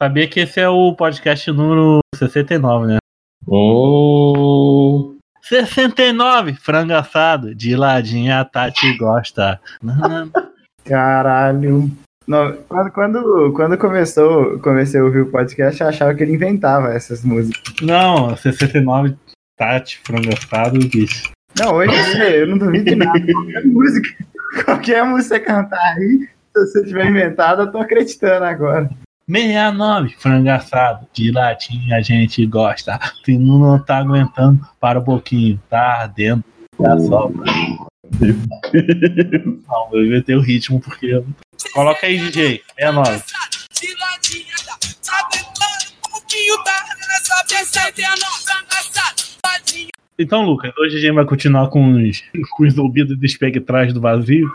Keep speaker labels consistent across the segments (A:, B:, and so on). A: Sabia que esse é o podcast número 69, né?
B: Oh.
A: 69, frango assado, de ladinho a Tati gosta.
C: Caralho. Não, quando, quando, quando começou, comecei a ouvir o podcast, eu achava que ele inventava essas músicas.
A: Não, 69, Tati, frango assado, bicho.
C: Não, hoje eu sei, eu não duvido de nada. Qualquer música, qualquer música cantar aí, se você tiver inventado, eu tô acreditando agora.
A: 69, frango assado, de latim a gente gosta. Se não, não tá aguentando, para um pouquinho, tá ardendo. Tá só. Não, eu inventei o ritmo porque. eu- Coloca aí, DJ, 69.
D: Tiradinha, sabe um pouquinho da nessa percebe a nossa engraçada.
A: Então, Lucas, hoje a gente vai continuar com os, com os ouvidos espectrais do vazio.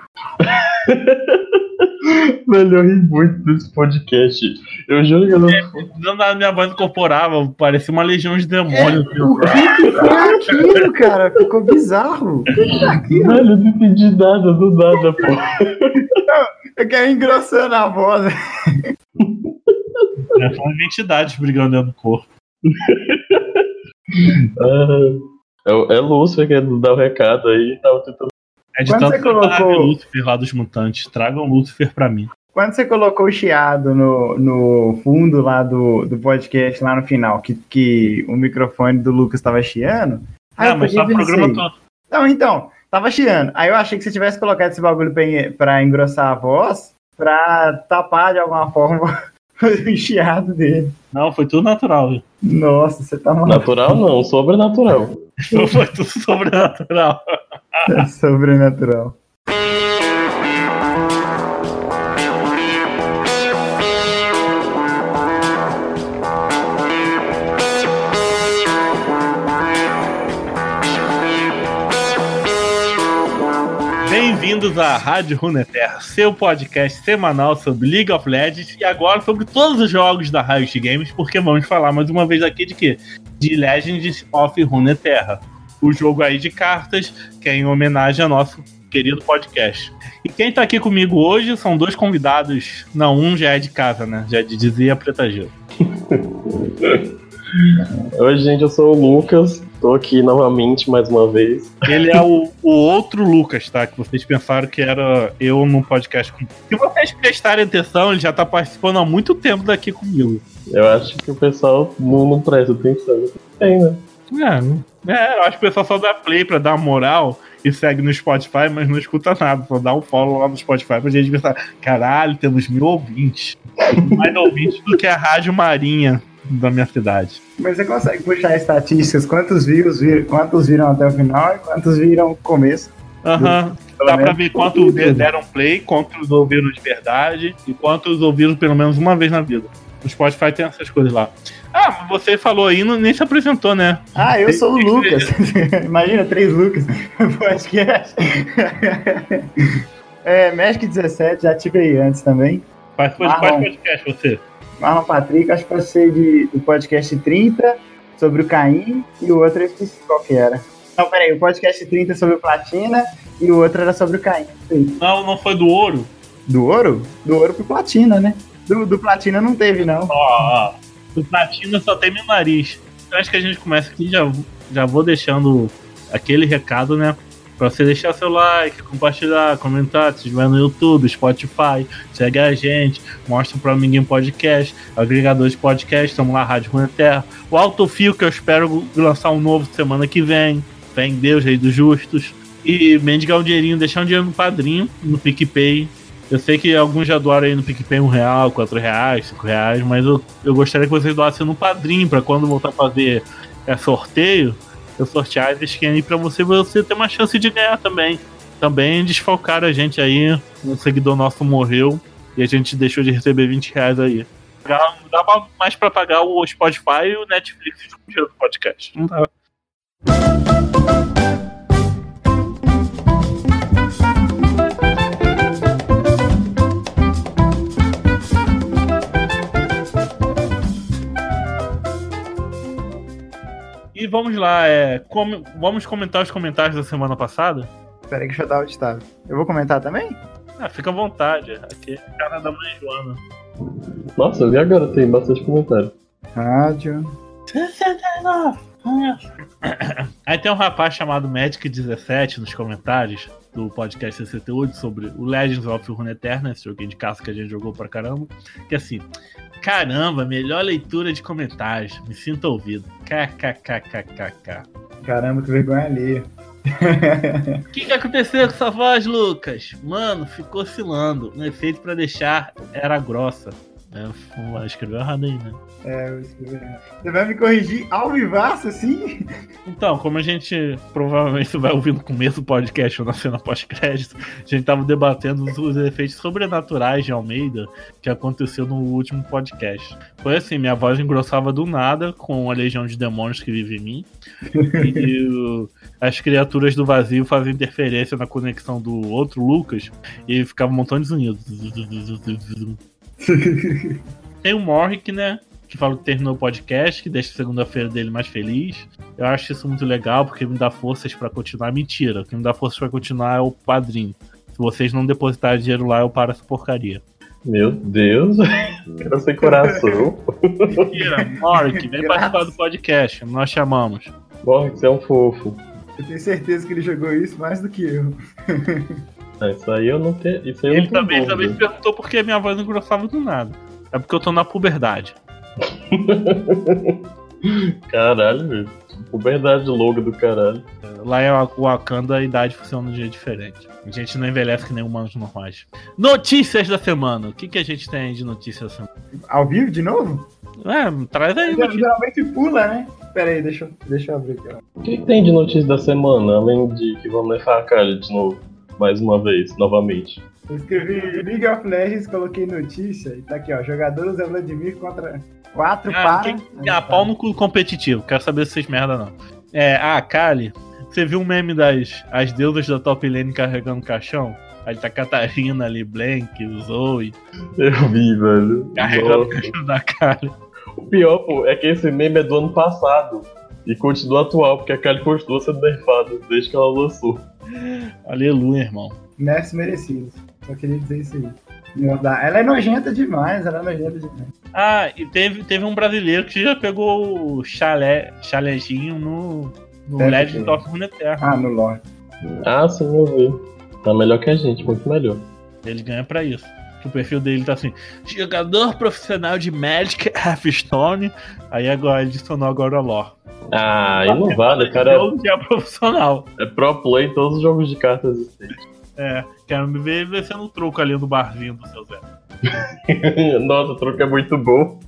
B: Velho, eu ri muito desse podcast. Eu juro que eu não.
A: Não, na minha voz incorporava, parecia uma legião de demônios.
C: O que que foi aquilo, cara? Ficou bizarro.
B: Velho, eu não entendi nada do nada, pô.
C: Eu quero engrossando a voz.
A: né? São as entidades brigando dentro do corpo.
B: Ah, é, o- é Lúcio que dá o recado aí. Tá Tava tentando.
A: É de
C: Quando
A: tanto
C: você
A: separar
C: colocou-
A: o Lúcifer lá dos mutantes. Tragam Lúcifer pra mim.
C: Quando você colocou o chiado no, no fundo lá do, do podcast, lá no final, que, que o microfone do Lucas tava chiando. aí
A: Ah,
C: eu
A: mas
C: peguei
A: só
C: e
A: o programa
C: pensei,
A: todo.
C: Não, então, tava chiando. Aí eu achei que você tivesse colocado esse bagulho pra, en- pra engrossar a voz, pra tapar de alguma forma o chiado dele.
A: Não, foi tudo natural. viu?
C: Nossa, você tá maluco.
B: Natural não, sobrenatural.
A: Foi tudo sobrenatural.
C: É sobrenatural.
A: Bem-vindos à Rádio Runeterra, seu podcast semanal sobre League of Legends e agora sobre todos os jogos da Riot Games, porque vamos falar mais uma vez aqui de quê? De Legends of Runeterra, o jogo aí de cartas que é em homenagem ao nosso querido podcast. E quem tá aqui comigo hoje são dois convidados, não, um já é de casa, né? Já de dizia Preta Gil.
B: Oi, gente, eu sou o Lucas. Tô aqui novamente mais uma vez.
A: Ele é o, o outro Lucas, tá? Que vocês pensaram que era eu num podcast comigo. Se vocês prestarem atenção, ele já tá participando há muito tempo daqui comigo.
B: Eu acho que o pessoal não, não presta atenção. Tem, né?
A: É, né? é, eu acho que o pessoal só dá play pra dar moral e segue no Spotify, mas não escuta nada. Só dá um follow lá no Spotify pra gente pensar: caralho, temos mil ouvintes. Mais ouvintes do que a Rádio Marinha da minha cidade.
C: Mas você consegue puxar estatísticas? Quantos views vir, quantos viram até o final e quantos viram o começo?
A: Aham.
C: Pelo
A: Dá pra
C: menos. um
A: ver né? quanto de- deram play, quantos ouviram de verdade e quantos ouviram pelo menos uma vez na vida. O Spotify tem essas coisas lá. Ah, mas você falou aí, não, nem se apresentou, né?
C: Ah, eu sou o
A: Tem que
C: Lucas. Imagina, três Lucas. Podcast. é, Magic 17, já tive aí antes também.
A: Participou de
C: Ah,
A: quais
C: não.
A: podcasts você?
C: Marlon Patrick, acho que passei de, do podcast 30 sobre o Caim e o outro eu esqueci qual que era. Não, peraí, o podcast 30 é sobre o Platina e o outro era sobre o Caim.
A: Não, não foi do ouro?
C: Do ouro? Do ouro pro Platina, né? Do, do Platina não teve, não.
A: Ó, ó. O Platina só tem meu nariz. Então acho que a gente começa aqui, já, já vou deixando aquele recado, né? Pra você deixar seu like, compartilhar, comentar, se estiver no YouTube, Spotify, segue a gente, mostra pro amiguinho podcast, agregador de podcast, estamos lá, Rádio Rua Terra. O Autofio, que eu espero lançar um novo semana que vem. Fé em Deus, Rei dos Justos. E mendigar um dinheirinho, deixar um dinheiro no padrinho, no PicPay. Eu sei que alguns já doaram aí no PicPay um real, quatro reais, cinco reais, mas eu, eu gostaria que vocês doassem no padrinho, pra quando voltar a fazer é, sorteio, eu sortear esse esquema aí pra você, você ter uma chance de ganhar também. Também desfalcaram a gente aí, um seguidor nosso morreu e a gente deixou de receber 20 reais aí. Dá- Não dava mais pra pagar o Spotify e o Netflix com o dinheiro do podcast. Não dá. E vamos lá, é, como- vamos comentar os comentários da semana passada?
C: Peraí que deixa eu dar o destaque. Eu vou comentar também?
A: Ah, fica à vontade. Aqui é a cara da mãe Joana.
B: Nossa, eu vi agora, tem bastante comentário.
C: Rádio.
A: Aí tem um rapaz chamado Magic17 nos comentários do podcast 68 sobre o Legends of Runeterra, esse joguinho de caça que a gente jogou pra caramba, que assim, caramba, melhor leitura de comentários, me sinto ouvido, kkkkkkk.
C: Caramba, que vergonha alheia.
A: O que, que aconteceu com sua voz, Lucas? Mano, ficou oscilando, um efeito pra deixar era grossa. É, escreveu errado aí, né?
C: É, eu escrevi errado. Você vai me corrigir ao vivaço, assim?
A: Então, como a gente provavelmente vai ouvir no começo do podcast ou na cena pós-crédito, a gente tava debatendo os- os efeitos sobrenaturais de Almeida que aconteceu no último podcast. Foi assim, minha voz engrossava do nada com a legião de demônios que vive em mim. E o- as criaturas do vazio fazem interferência na conexão do outro Lucas e ficava um montão de zunido. Tem o Morrick, né? Que fala que terminou o podcast, que deixa a segunda-feira dele mais feliz. Eu acho isso muito legal, porque me dá forças pra continuar. Mentira, o que me dá forças pra continuar é o padrinho. Se vocês não depositarem dinheiro lá, eu paro essa porcaria.
B: Meu Deus, cara sem coração.
A: Mentira, Morrick, vem
C: Graças.
A: participar do podcast, nós chamamos.
B: Bom, você é um fofo.
C: Eu tenho certeza que ele jogou isso mais do que eu.
B: Ah, isso aí eu não tenho. Isso aí eu
A: Ele
B: não tenho
A: também, também se
B: dúvida.
A: perguntou por que minha voz engrossava do nada. É porque eu tô na puberdade.
B: Caralho, velho. Puberdade logo do caralho.
A: Lá em Wa- Wakanda a idade funciona de um jeito diferente. A gente não envelhece que nem humanos normais. Notícias da semana. O que, que a gente tem de notícias da
C: Ao vivo, de novo?
A: semana? É, traz aí, notícias.
C: Geralmente pula, né? Pera aí, deixa, eu- deixa eu abrir aqui. ó.
B: O que, que tem de notícia da semana, além de que vamos levar a cara de novo? Mais uma vez, novamente.
C: Eu escrevi League of Legends, coloquei notícia e tá aqui, ó. Jogador Zé Vladimir contra quatro
A: Ah,
C: para.
A: quem- ah, pau no cu competitivo. Quero saber se vocês merda não. É, ah, Kali, você viu um meme das as deusas da top lane carregando caixão? Aí tá Catarina ali, Blank, Zoe,
B: Eu vi, velho.
A: carregando o
B: Nossa.
A: caixão da Kali.
B: O pior, pô, é que esse meme é do ano passado. E continua atual, porque a Kali postou sendo nerfada desde que ela lançou.
A: Aleluia, irmão.
C: Nerfs merecidos. Só queria dizer isso aí. Não dá. Ela é nojenta demais, ela é nojenta demais.
A: Ah, e teve, teve um brasileiro que já pegou o chalé, chalézinho no, no
C: Deve
A: Legend
C: ter.
A: of Runeterra.
C: Ah, no LoL.
B: Ah, sim, eu vi. Tá melhor que a gente, muito melhor.
A: Ele ganha pra isso. O perfil dele tá assim: jogador profissional de Magic Hearthstone. Aí agora adicionou agora o lore.
B: Ah, aí não vale, cara.
A: Eu já é profissional.
B: É pro play em todos os jogos de cartas existentes.
A: É, quero me ver vencendo um troco ali no barzinho do seu Zé.
B: Nossa, o troco é muito bom.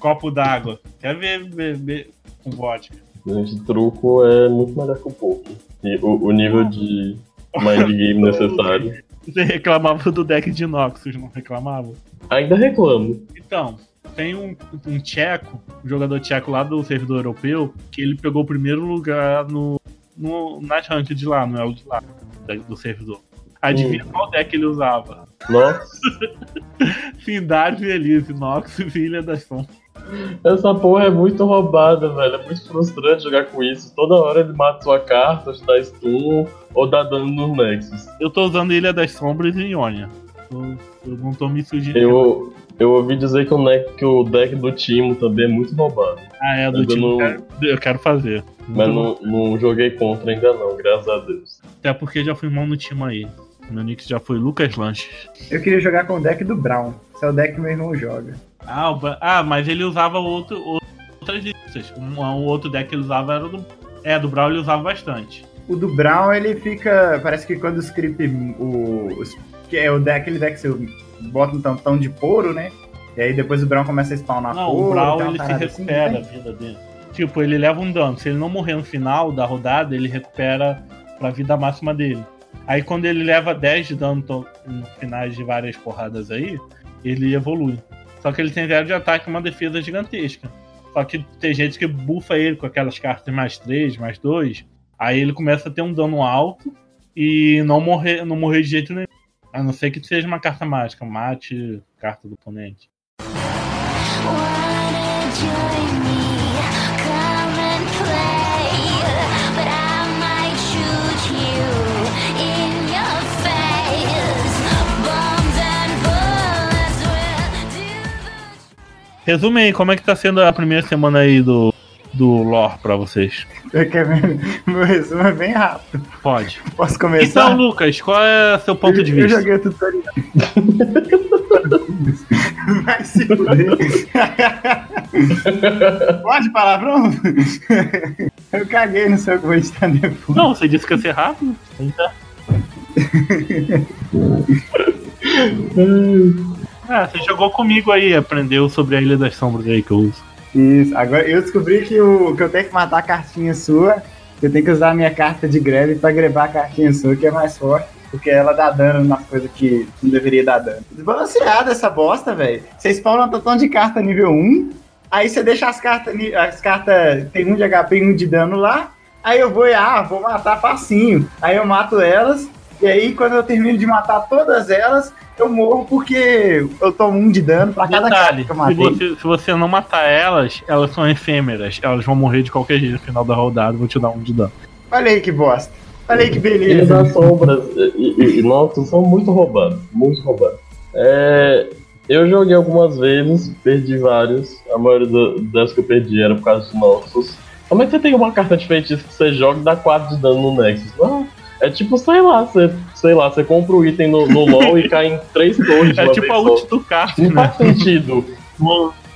A: Copo d'água. Quero ver beber com vodka.
B: Gente, truco é muito melhor que o pouco. E o, o nível de mind game necessário.
A: Você reclamava do deck de Noxus, não reclamava?
B: Ainda reclamo.
A: Então, tem um, um tcheco, um jogador tcheco lá do servidor europeu, que ele pegou o primeiro lugar no, no nas ranked de lá, no elo de lá, da- do servidor. Adivinha qual deck ele usava?
B: Nossa,
A: Findar, Elise, Noxus e Ilha das Sombras.
B: essa porra é muito roubada, velho. É muito frustrante jogar com isso. Toda hora ele mata sua carta, te dá stun ou dá dano nos Nexus.
A: Eu tô usando Ilha das Sombras e Ionia. Eu, eu não tô me sugerindo.
B: Eu, eu ouvi dizer que o, ne- que o deck do Timo também é muito roubado.
A: Ah, é, do
B: Ainda
A: time.
B: não-
A: Eu quero- Eu quero fazer.
B: Mas não, não joguei contra ainda não, graças a Deus.
A: Até porque já fui mão no time aí. Meu nick já foi Lucas Lanches.
C: Eu queria jogar com o deck do Brown. Esse é o deck que meu irmão joga.
A: Ah, o Ba- ah mas ele usava outro, outras listas. Um, um outro deck que ele usava era do. É, do Brawl ele usava bastante.
C: O do Brown, ele fica. Parece que quando o script. O, os- que é o deck, aquele deck que você bota um tampão de couro, né? E aí depois o Brown começa a spawnar
A: não,
C: couro.
A: o
C: tem
A: Brawl
C: uma
A: ele se
C: parada assim, não
A: recupera a
C: tem?
A: vida dele. Tipo, ele leva um dano. Se ele não morrer no final da rodada, ele recupera pra vida máxima dele. Aí quando ele leva 10 de dano to- no finais de várias porradas aí, ele evolui. Só que ele tem zero de ataque e uma defesa gigantesca. Só que tem gente que bufa ele com aquelas cartas mais 3, mais 2. Aí ele começa a ter um dano alto e não morrer, não morrer de jeito nenhum. A não ser que seja uma carta mágica, um mate carta do oponente.
E: Wanna join me? Come and play, but I might shoot you in your face. Bombs and bullets will do
A: Resume aí, como é que tá sendo a primeira semana aí do, do lore pra vocês?
C: Eu quero ver- Meu resumo é bem rápido.
A: Pode.
C: Posso
A: Então,
C: começar?
A: Lucas, qual é seu ponto de
C: eu,
A: vista?
C: Eu joguei o tutorial. Vai se fuder. Pode palavrão? Eu caguei no seu tá que vou editar depois.
A: Não, você disse que ia ser rápido. Então... Ah, você jogou comigo aí, aprendeu sobre a Ilha das Sombras aí que eu uso.
C: Isso, agora eu descobri que, o, que eu tenho que matar a cartinha sua, que eu tenho que usar a minha carta de greve pra grevar a cartinha sua, que é mais forte, porque ela dá dano nas coisas que não deveria dar dano. Desbalanceada essa bosta, velho. Você spawna um tantão de carta nível 1, aí você deixa as cartas, ni- as cartas tem um de HP e um de dano lá, aí eu vou e, ah, vou matar facinho. Aí eu mato elas, e aí quando eu termino de matar todas elas, eu morro porque eu tomo um de dano pra cada carta
A: Detalhe,
C: que eu
A: se
C: matei.
A: você, se você não matar elas, elas são efêmeras. Elas vão morrer de qualquer jeito no final da rodada, vou te dar um de dano.
C: Olha aí que bosta. Olha aí que
B: Ele é
C: beleza.
B: das sombras. E, e- e, nossa, são muito roubados. Muito roubados. É, eu joguei algumas vezes, perdi vários. A maioria do- das que eu perdi era por causa dos Nexus. Como é que você tem uma carta de feitiço que você joga e dá 4 de dano no Nexus? Ah, é tipo, sei lá, você, sei lá, você compra o item no, no LoL e cai em 3 torres de
A: É
B: uma
A: tipo
B: vez
A: a
B: só.
A: ult do Cast,
B: Não
A: né?
B: faz sentido.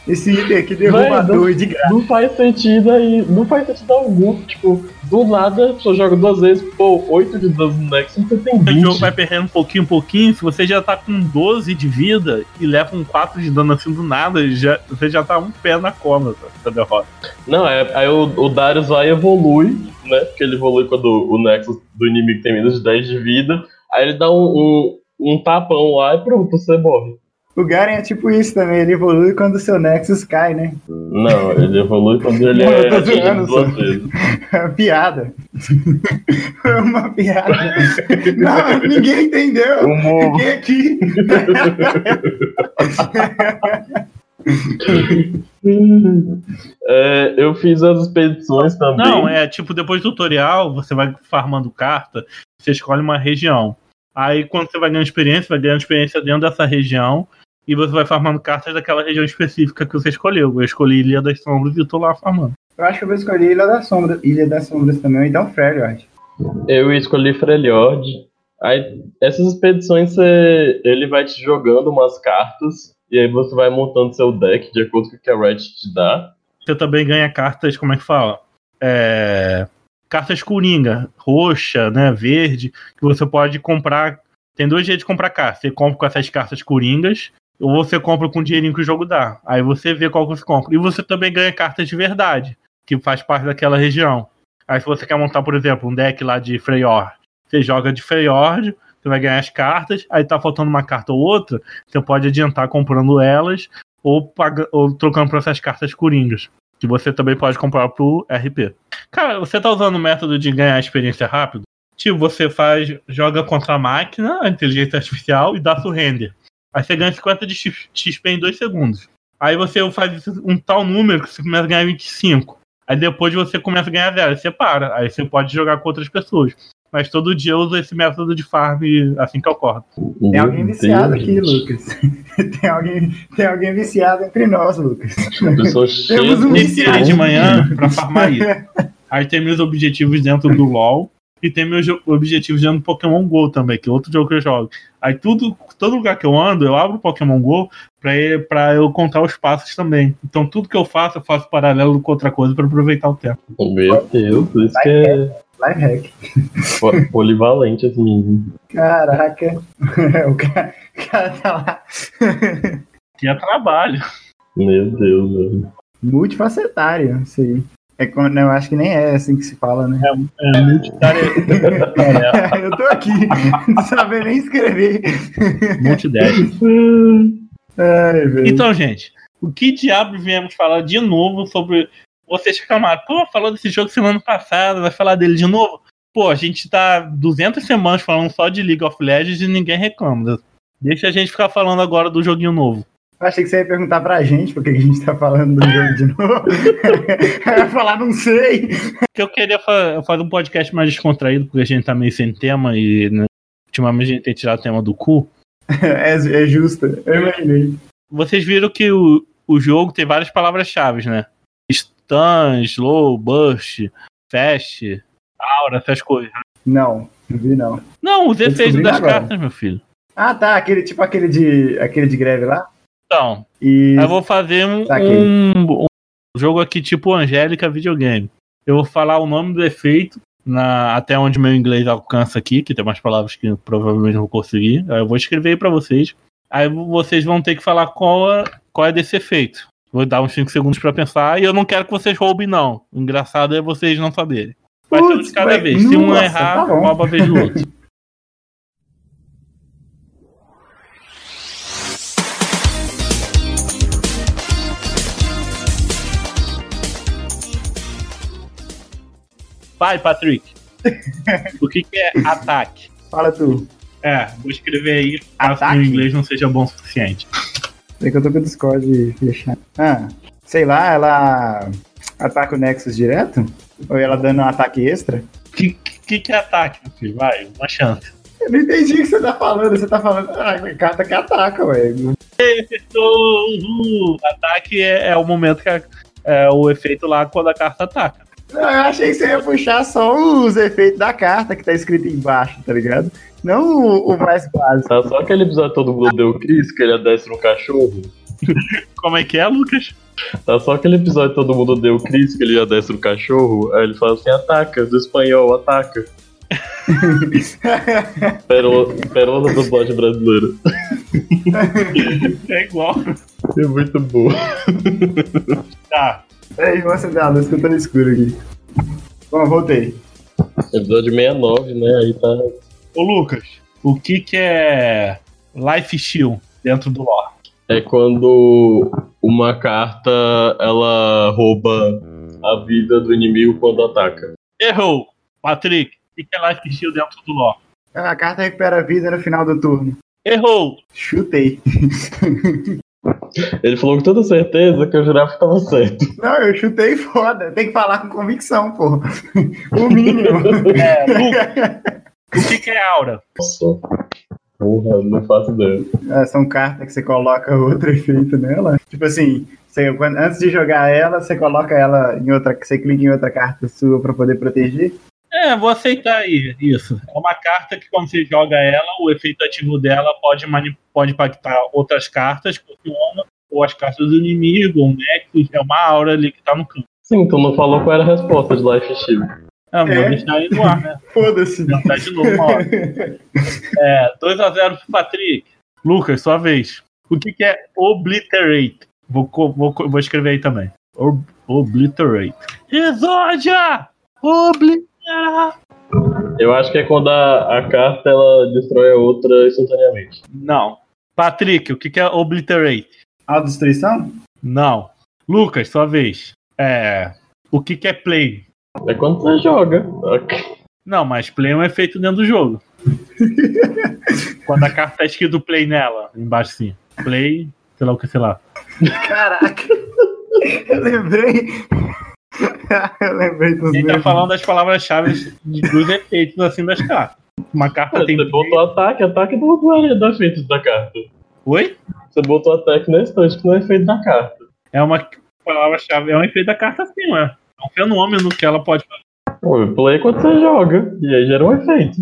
C: Esse item aqui derruba
B: Vai,
C: a torre de graça.
B: Não faz sentido aí, não faz sentido algum. Tipo, do nada, a pessoa joga duas vezes, pô, 8 de dano no Nexus, você tem
A: O jogo
B: 20.
A: vai perdendo um pouquinho, um pouquinho. Se você já tá com 12 de vida e leva um 4 de dano assim do nada, já, você já tá um pé na cobra da derrota.
B: Não, é, aí o, o Darius vai e evolui, né? Porque ele evolui quando o Nexus do inimigo tem menos de 10 de vida. Aí ele dá um, um, um tapão lá e pronto, você morre.
C: O Garen é tipo isso também, ele evolui quando o seu Nexus cai, né?
B: Não, ele evolui quando ele
C: Mano,
B: é
C: eu tô
B: atingido
C: zoando,
B: duas
C: só.
B: vezes.
C: É uma piada. Foi uma piada. Não, ninguém entendeu.
B: Humor.
C: Fiquei aqui.
B: É, eu fiz as expedições também.
A: Não, é tipo, depois do tutorial, você vai farmando carta, você escolhe uma região. Aí quando você vai ganhando experiência, vai ganhando experiência dentro dessa região. E você vai farmando cartas daquela região específica que você escolheu. Eu escolhi Ilha das Sombras e tô lá farmando.
C: Eu acho que eu vou escolher Ilha das Sombras, Ilha das Sombras também, ou então Freljord.
B: Eu escolhi Freljord. Aí, essas expedições, você- ele vai te jogando umas cartas. E aí você vai montando seu deck de acordo com o que a Riot te dá.
A: Você também ganha cartas, como é que fala? É, Cartas coringa, roxa, né? Verde, que você pode comprar. Tem dois jeitos de comprar carta. Você compra com essas cartas coringas, ou você compra com o dinheirinho que o jogo dá. Aí você vê qual que você compra. E você também ganha cartas de verdade, que faz parte daquela região. Aí se você quer montar, por exemplo, um deck lá de Freyord, você joga de Freyord, você vai ganhar as cartas, aí tá faltando uma carta ou outra, você pode adiantar comprando elas, ou, paga- ou trocando por essas cartas coringas, que você também pode comprar pro RP. Cara, você tá usando o método de ganhar experiência rápido? Tipo, você faz, joga contra a máquina, a inteligência artificial, e dá surrender. Aí você ganha 50 de X- XP em 2 segundos. Aí você faz isso- um tal número que você começa a ganhar 25. Aí depois você começa a ganhar zero, aí você para. Aí você pode jogar com outras pessoas. Mas todo dia eu uso esse método de farm assim que eu acordo.
C: Tem É alguém viciado
B: Deus.
C: aqui, Lucas. Tem alguém, tem alguém viciado entre nós, Lucas.
B: Pessoa cheia
C: Temos um
B: de
C: viciado.
A: Iniciar de manhã pra farmar isso. Aí tem meus objetivos dentro do LoL e tem meus jo- objetivos dentro do Pokémon GO também, que é outro jogo que eu jogo. Aí tudo, todo lugar que eu ando, eu abro o Pokémon GO pra, ele- pra eu contar os passos também. Então tudo que eu faço, eu faço paralelo com outra coisa pra aproveitar o tempo.
B: Meu Deus, é. isso que é
C: Lifehack.
B: po- polivalente esse menino.
C: Caraca. O cara, o cara tá lá.
A: Que é trabalho.
B: Meu Deus, velho.
C: Multifacetário, isso aí. É como, não, eu acho que nem é assim que se fala, né? É,
A: É multitarefa.
C: eu tô aqui, não sabia nem escrever.
A: multidesk.
C: Ai, velho.
A: Então, gente, o que diabo viemos falar de novo sobre. Vocês reclamaram, pô, falou desse jogo semana passada, vai falar dele de novo? Pô, a gente tá 200 semanas falando só de League of Legends e ninguém reclama. Deixa a gente ficar falando agora do joguinho novo.
C: Eu achei que você ia perguntar pra gente porque a gente tá falando do jogo de novo. Aí eu ia falar, não sei.
A: Porque eu queria fa- fazer um podcast mais descontraído, porque a gente tá meio sem tema e né, ultimamente a gente tem tirado o tema do cu.
C: É, é justo, eu imaginei.
A: Vocês viram que o, o o jogo tem várias palavras-chave, né? Stun, slow, burst, fast, aura, essas coisas.
C: Não, não vi não.
A: Não, os efeitos
C: descobri
A: das
C: agora.
A: cartas, meu filho.
C: Ah, tá, aquele tipo aquele de aquele de greve lá.
A: Então,
C: E
A: eu vou fazer um,
C: Saquei.
A: um- um jogo aqui tipo Angélica Videogame. Eu vou falar o nome do efeito, na, até onde meu inglês alcança aqui, que tem umas palavras que provavelmente não vou conseguir. Aí Eu vou escrever aí pra vocês. Aí vocês vão ter que falar qual é, qual é desse efeito. Vou dar uns 5 segundos pra pensar e eu não quero que vocês roubem, não. O engraçado é vocês não saberem. Vai ser um
C: Putz,
A: de cada
C: vai-
A: vez. Se um
C: Nossa,
A: errar,
C: tá bom.
A: rouba a vez do outro. Vai, Patrick. o que, que é ataque?
C: fala tu.
A: É, vou escrever aí, caso
C: Ataque?
A: meu inglês não seja bom o suficiente.
C: É que eu tô com o Discord fechado. Ah, sei lá, ela ataca o Nexus direto? Ou ela dando um ataque extra?
A: O que, que, que é ataque, meu filho? Vai, uma chance.
C: Eu não entendi o que você tá falando. Você tá falando, ah, carta que ataca, ué.
A: Acertou! Uhul! Ataque é, é o momento que a- é o efeito lá quando a carta ataca.
C: Não, Ah, eu achei que você ia puxar só os efeitos da carta que tá escrito embaixo, tá ligado? Não o, o mais básico.
B: Tá só aquele episódio todo mundo deu Cris, que ele adestra um cachorro.
A: Como é que é, Lucas?
B: Tá só aquele episódio todo mundo deu Cris, que ele adestra um cachorro. Aí ele fala assim: ataca, do espanhol, ataca. Pérola, pérola da dublagem brasileira.
A: É igual.
B: É muito boa.
A: Tá.
C: Peraí, vou acender a luz que eu tô no escuro aqui. Bom, voltei.
B: Episódio 69, né? Aí tá.
A: Ô, Lucas, o que que é Life Shield dentro do lore?
B: É quando uma carta ela rouba a vida do inimigo quando ataca.
A: Errou! Patrick, o que que é Life Shield dentro do lore?
C: Ah, A carta recupera a vida no final do turno.
A: Errou!
C: Chutei.
B: Ele falou com tanta certeza que eu jurava que tava certo.
C: Não, eu chutei foda. Tem que falar com convicção, pô. O mínimo.
A: É, Lucas, o que que é aura?
B: Nossa. Porra, não faço ideia.
C: Ah, são cartas que você coloca outro efeito nela. Tipo assim, você- quando- antes de jogar ela, você coloca ela em outra. Você clica em outra carta sua pra poder proteger.
A: É, vou aceitar aí, isso. É uma carta que quando você joga ela, o efeito ativo dela pode, mani- pode impactar outras cartas, Pokémon, ou as cartas do inimigo, ou o Nexus, é uma aura ali que tá no campo.
B: Sim, tu não falou qual era a resposta de Life Shield.
A: Ah, vou
C: É.
A: deixar aí no ar, né?
C: Foda-se.
A: Vou tentar de novo uma hora. É, 2x0 pro Patrick. Lucas, sua vez. O que, que é obliterate? Vou, co- vou, co- vou escrever aí também. Ob- obliterate. Exódia! Obliterar!
B: Eu acho que é quando a, a carta ela destrói a outra instantaneamente.
A: Não. Patrick, o que, que é obliterate?
C: Autodestruição?
A: Não. Lucas, sua vez. É. O que, que é play?
B: É quando você joga.
A: Não, mas play é um efeito dentro do jogo. Quando a carta tá escrito play nela, embaixo assim. Play, sei lá o que, sei lá.
C: Caraca. Eu lembrei. Eu lembrei dos
A: A gente tá
C: meus.
A: falando das palavras-chave de- dos efeitos assim das cartas. Uma carta tem.
B: Você botou ataque, ataque não não é do efeito da carta.
A: Oi?
B: Você botou ataque na estante, que não é efeito da carta.
A: É uma palavra-chave, é um efeito da carta assim, ué. É um fenômeno que ela pode fazer.
B: Pô, eu play quando você joga. E aí gera um efeito.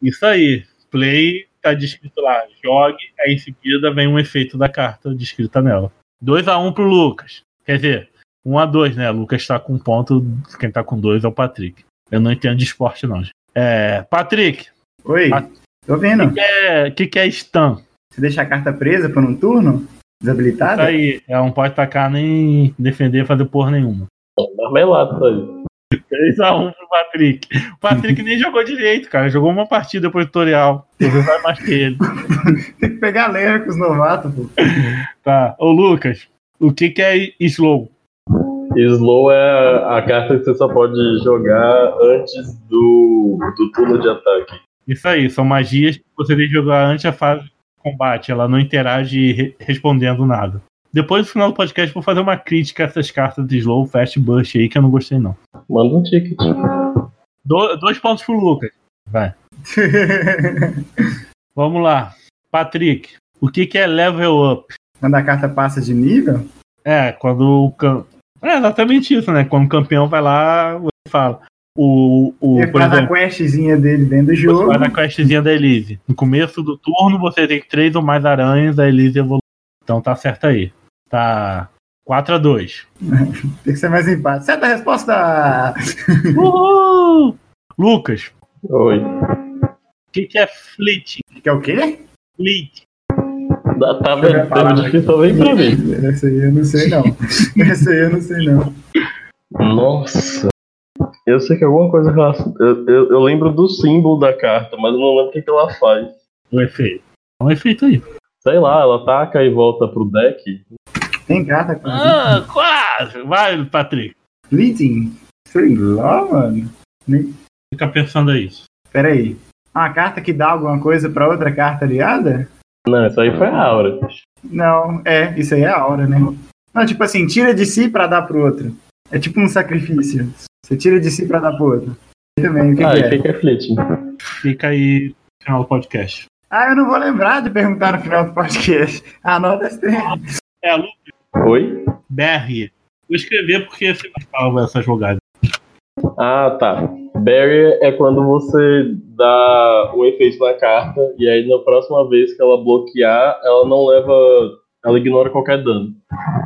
A: Isso aí. Play, tá descrito lá, jogue, aí em seguida vem um efeito da carta descrita nela. 2x1 pro Lucas. Quer dizer, 1x2, né? Lucas tá com um ponto, quem tá com dois é o Patrick. Eu não entendo de esporte, não. gente. É. Patrick,
C: Oi.
A: Ah.
C: Tô
A: o
C: vendo.
A: que, que é- que, que é stun?
C: Você deixa a carta presa por um turno?
A: Isso
C: Desabilitada?
A: Tá aí. Ela não pode tacar nem defender, fazer porra nenhuma.
B: Marmelada, isso aí.
A: 3x1 pro Patrick. O Patrick nem jogou direito, cara. Jogou uma partida pro tutorial. Você vai mais que ele.
C: Tem que pegar leve com os novatos, pô.
A: Tá. Ô, Lucas, o que, que é slow?
B: Slow é a carta que você só pode jogar antes do, do turno de ataque.
A: Isso aí, são magias que você tem que jogar antes da fase de combate. Ela não interage re- respondendo nada. Depois do final do podcast, vou fazer uma crítica a essas cartas de slow, fast burst aí, que eu não gostei, não.
B: Manda um ticket.
A: Do- dois pontos pro Lucas. Vamos lá. Patrick, o que, que é level up?
C: Quando a carta passa de nível,
A: É, quando o cam... É exatamente isso, né? Quando o campeão vai lá, você fala. O, o,
C: Ele
A: por
C: faz a
A: exemplo,
C: questzinha dele dentro do
A: você
C: jogo.
A: faz a questzinha da Elise. No começo do turno, você tem três ou mais aranhas, a Elise evolui. Então tá certo aí. Tá 4x2.
C: Tem que ser mais empate. Certa resposta!
A: Uhul! Lucas,
B: Oi.
A: o que, que é flit?
C: Que é o quê?
A: Flit.
B: Tá, tá
C: Eu ia
B: vendo?
C: falar,
B: Tá difícil também pra mim.
C: Essa aí eu não sei não. Essa aí eu não sei não.
B: Nossa. Eu sei que alguma coisa relacion- eu, eu, eu lembro do símbolo da carta, mas eu não lembro o que, que ela faz.
A: O efeito. É um efeito aí.
B: Sei lá, ela taca e volta pro deck.
C: Tem carta com
A: Ah, quase! Vai, Patrick.
C: Bleeding? Sei lá, mano.
A: Fica pensando aí.
C: Pera aí. É Uma carta que dá alguma coisa pra outra carta aliada?
B: Não, isso aí foi a aura.
C: Não, é. Isso aí é a aura, né? Não, tipo assim, tira de si pra dar pro outro. É tipo um sacrifício. Você tira de si pra dar pro outro. Eu também, o que,
B: ah,
C: que
B: e o
C: é?
B: que, que é flitting?
A: Fica aí no final do podcast.
C: Ah, eu não vou lembrar de perguntar no final do podcast. Anota esse treino.
A: É, Lucas,
B: Oi?
A: BR. Vou escrever porque você não salva essa jogada.
B: Ah, tá. Barrier é quando você dá um efeito na carta, e aí na próxima vez que ela bloquear, ela não leva. Ela ignora qualquer dano.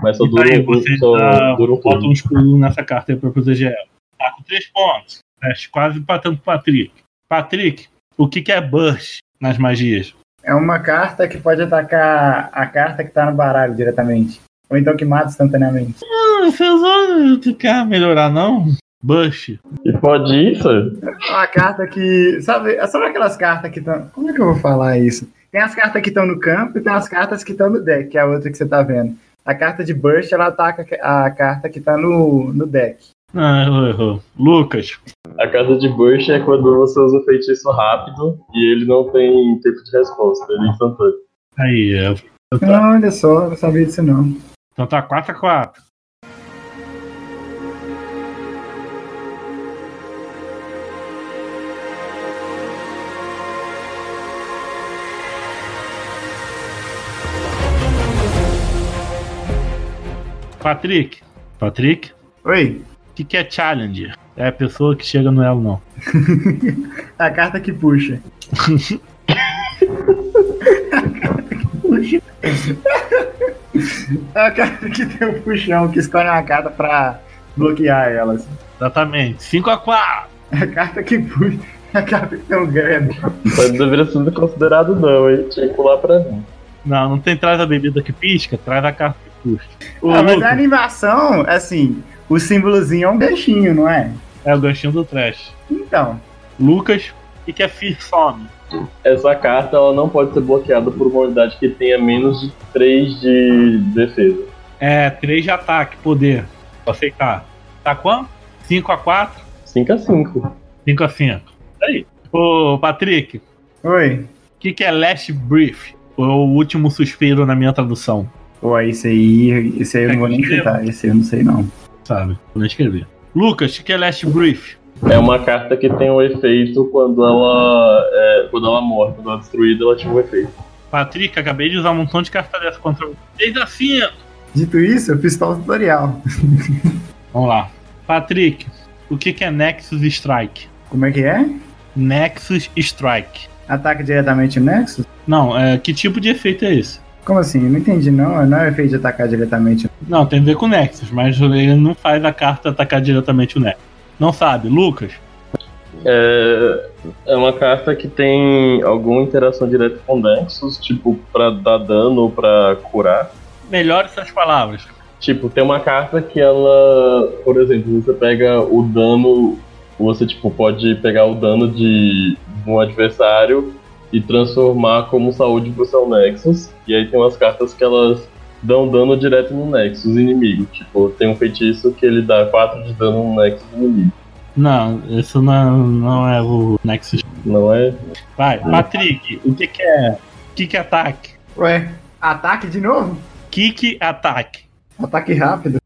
B: Mas só
A: E
B: dura
A: aí
B: um,
A: você
B: só
A: dá-
B: dura um
A: Bota
B: turno.
A: um escudo nessa carta aí pra proteger ela. Tá com três pontos. Fecha, quase empatando com o Patrick. Patrick, o que, que é burst nas magias?
C: É uma carta que pode atacar a carta que tá no baralho diretamente. Ou então que mata instantaneamente.
A: Ah, você usou, tu quer melhorar, não? Burst.
B: E pode isso?
C: É Uma carta que. Sabe, é sabe aquelas cartas que estão. Como é que eu vou falar isso? Tem as cartas que estão no campo e tem as cartas que estão no deck, que é a outra que você tá vendo. A carta de Burst, ela ataca a carta que tá no, no deck.
A: Ah, errou, errou. Lucas,
B: A carta de Burst é quando você usa o feitiço rápido e ele não tem tempo de resposta, ele é instantâneo.
A: aí. é.
C: Não, olha só, eu não sabia disso não.
A: Então tá 4x4. Patrick, Patrick,
C: Oi.
A: o que, que é challenger? É a pessoa que chega no elo, não.
C: A carta que puxa. É a carta que tem o puxão, que escolhe uma carta pra bloquear elas.
A: Exatamente. 5x4.
C: É a carta que puxa. É A carta que tem um grab.
B: Mas não Então, deveria ser considerado não, hein? Tinha que pular pra mim.
A: Não, não tem traz a bebida que pisca, traz a carta que puxa. Ô,
C: Ah, mas
A: Lucas,
C: a animação, assim, o símbolozinho é um ganchinho, não é?
A: É o ganchinho do trash.
C: Então,
A: Lucas, o que, que é fearsome?
B: Essa carta ela não pode ser bloqueada por uma unidade que tenha menos de 3 de defesa.
A: É, 3 de ataque, poder. Vou aceitar. Tá quanto? 5x4?
B: 5 a 5
A: 5x5. Tá Aí. Ô, Patrick, o
C: oi.
A: que, que é last brief? Ou o último suspiro na minha tradução,
C: Pô, esse aí, esse aí eu não vou nem chutar, esse aí eu não sei não.
A: sabe? Vou não escrever. Lucas, o que, que é last brief?
B: É uma carta que tem um efeito quando ela. é, quando ela morre, quando ela é destruída, ela ativa um efeito.
A: Patrick, acabei de usar um montão de carta dessa contra o 3x5.
C: Dito isso, eu fiz tal tutorial.
A: Vamos lá. Patrick, o que, que é Nexus Strike?
C: Como é que é?
A: Nexus Strike.
C: Ataca diretamente o Nexus?
A: Não, é, que tipo de efeito é esse?
C: Como assim? Eu Não entendi, não. Não é efeito de atacar diretamente.
A: Não, tem a ver com o Nexus, mas ele não faz a carta atacar diretamente o Nexus. Não sabe, Lucas.
B: É, é uma carta que tem alguma interação direta com Nexus, tipo, pra dar dano ou pra curar.
A: Melhore suas palavras.
B: Tipo, tem uma carta que ela, por exemplo, você pega o dano, você tipo pode pegar o dano de um adversário e transformar como saúde pro seu Nexus. E aí tem umas cartas que elas dão dano direto no Nexus inimigo. Tipo, tem um feitiço que ele dá 4 de dano no Nexus inimigo.
A: Não, isso não, não é o Nexus.
B: Não é?
A: Vai, Patrick, o que, que é kick ataque?
C: Ué, ataque de novo?
A: Kick ataque.
C: Ataque rápido.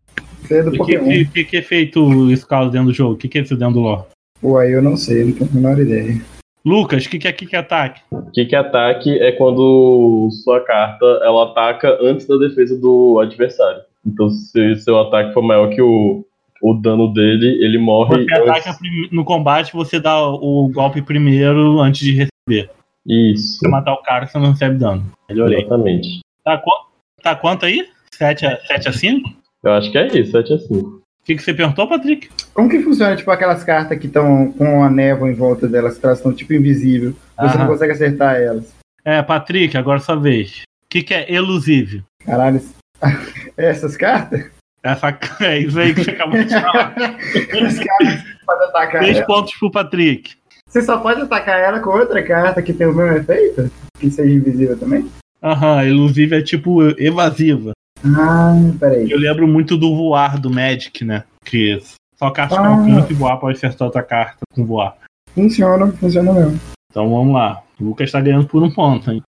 C: Isso aí é do
A: O que,
C: Pokémon.
A: que, que, que é feito isso causa dentro do jogo? O que, que é isso dentro do lore?
C: Ué, eu não sei, não tenho a menor ideia.
A: Lucas, o que, que é kick ataque?
B: Kick ataque é quando sua carta ela ataca antes da defesa do adversário. Então, se seu ataque for maior que o, o dano dele, ele morre.
A: Você
B: antes.
A: ataca prim- no combate, você dá o golpe primeiro antes de receber.
B: Isso.
A: Se você matar o cara, você não recebe dano. Melhorei.
B: Exatamente.
A: Tá, qu- tá quanto aí? 7 a, 7 a 5? O
B: Eu acho que é isso, 7 a 5.
A: que, que você perguntou, Patrick?
C: Como que funciona, tipo, aquelas cartas que estão com a névoa em volta delas, que elas estão, tipo, invisível. Você
A: Aham.
C: não consegue acertar elas.
A: É, Patrick, agora é sua vez. O que, que é elusive?
C: Caralho. isso- Essas cartas?
A: Essa, é isso aí que você acabou de falar.
C: Essas cartas que pode atacar
A: Três
C: ela.
A: pontos pro Patrick.
C: Você só pode atacar ela com outra carta que tem o mesmo efeito? Que seja invisível também?
A: Aham, elusive é tipo evasiva.
C: Ah, peraí.
A: Eu lembro muito do voar do Magic, né? Que só carta
C: Ah.
A: com canto e voar pode acertar outra carta com voar.
C: Funciona, funciona mesmo.
A: Então vamos lá. O Lucas tá ganhando por um ponto, hein?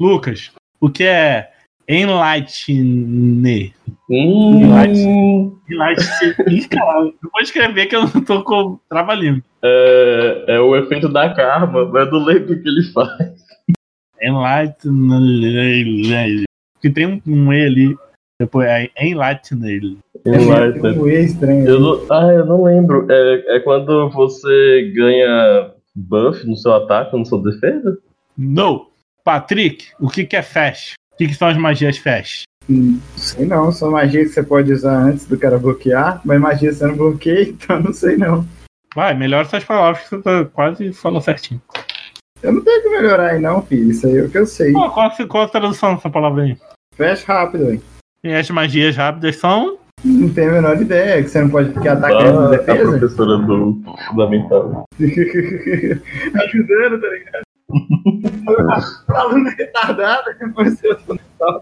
A: Lucas, o que é Enlightener?
B: Hum,
A: Enlightener. Ih, caralho, eu vou escrever que eu não tô com trabalhinho.
B: é, é o efeito da karma, mas eu não é lembro o que ele faz.
A: Enlightener. Que tem um, um E ali. Depois é Enlightener.
C: Tem um E estranho.
B: Eu não, ah, eu não lembro. É, é quando você ganha buff no seu ataque, no seu defesa?
A: No! Patrick, o que, que é Fast? O que, que são as magias Fast?
C: Sei não, só magia que você pode usar antes do cara bloquear, mas magia você não bloqueia, então não sei não.
A: Vai, melhor essas palavras que você tá quase falou certinho.
C: Eu não tenho que melhorar aí não, filho. Isso aí é o que eu sei.
A: Pô, qual, a- qual a tradução dessa palavra aí?
C: Fecha rápido, hein?
A: E as magias rápidas são.
C: Não tenho a menor ideia que você não pode ficar
A: Tá
C: atacando na
B: Ah, a
C: defesa.
B: professora do fundamental.
C: Ajudando, tá ligado? Aluno retardado, depois eu tô
A: Lucas,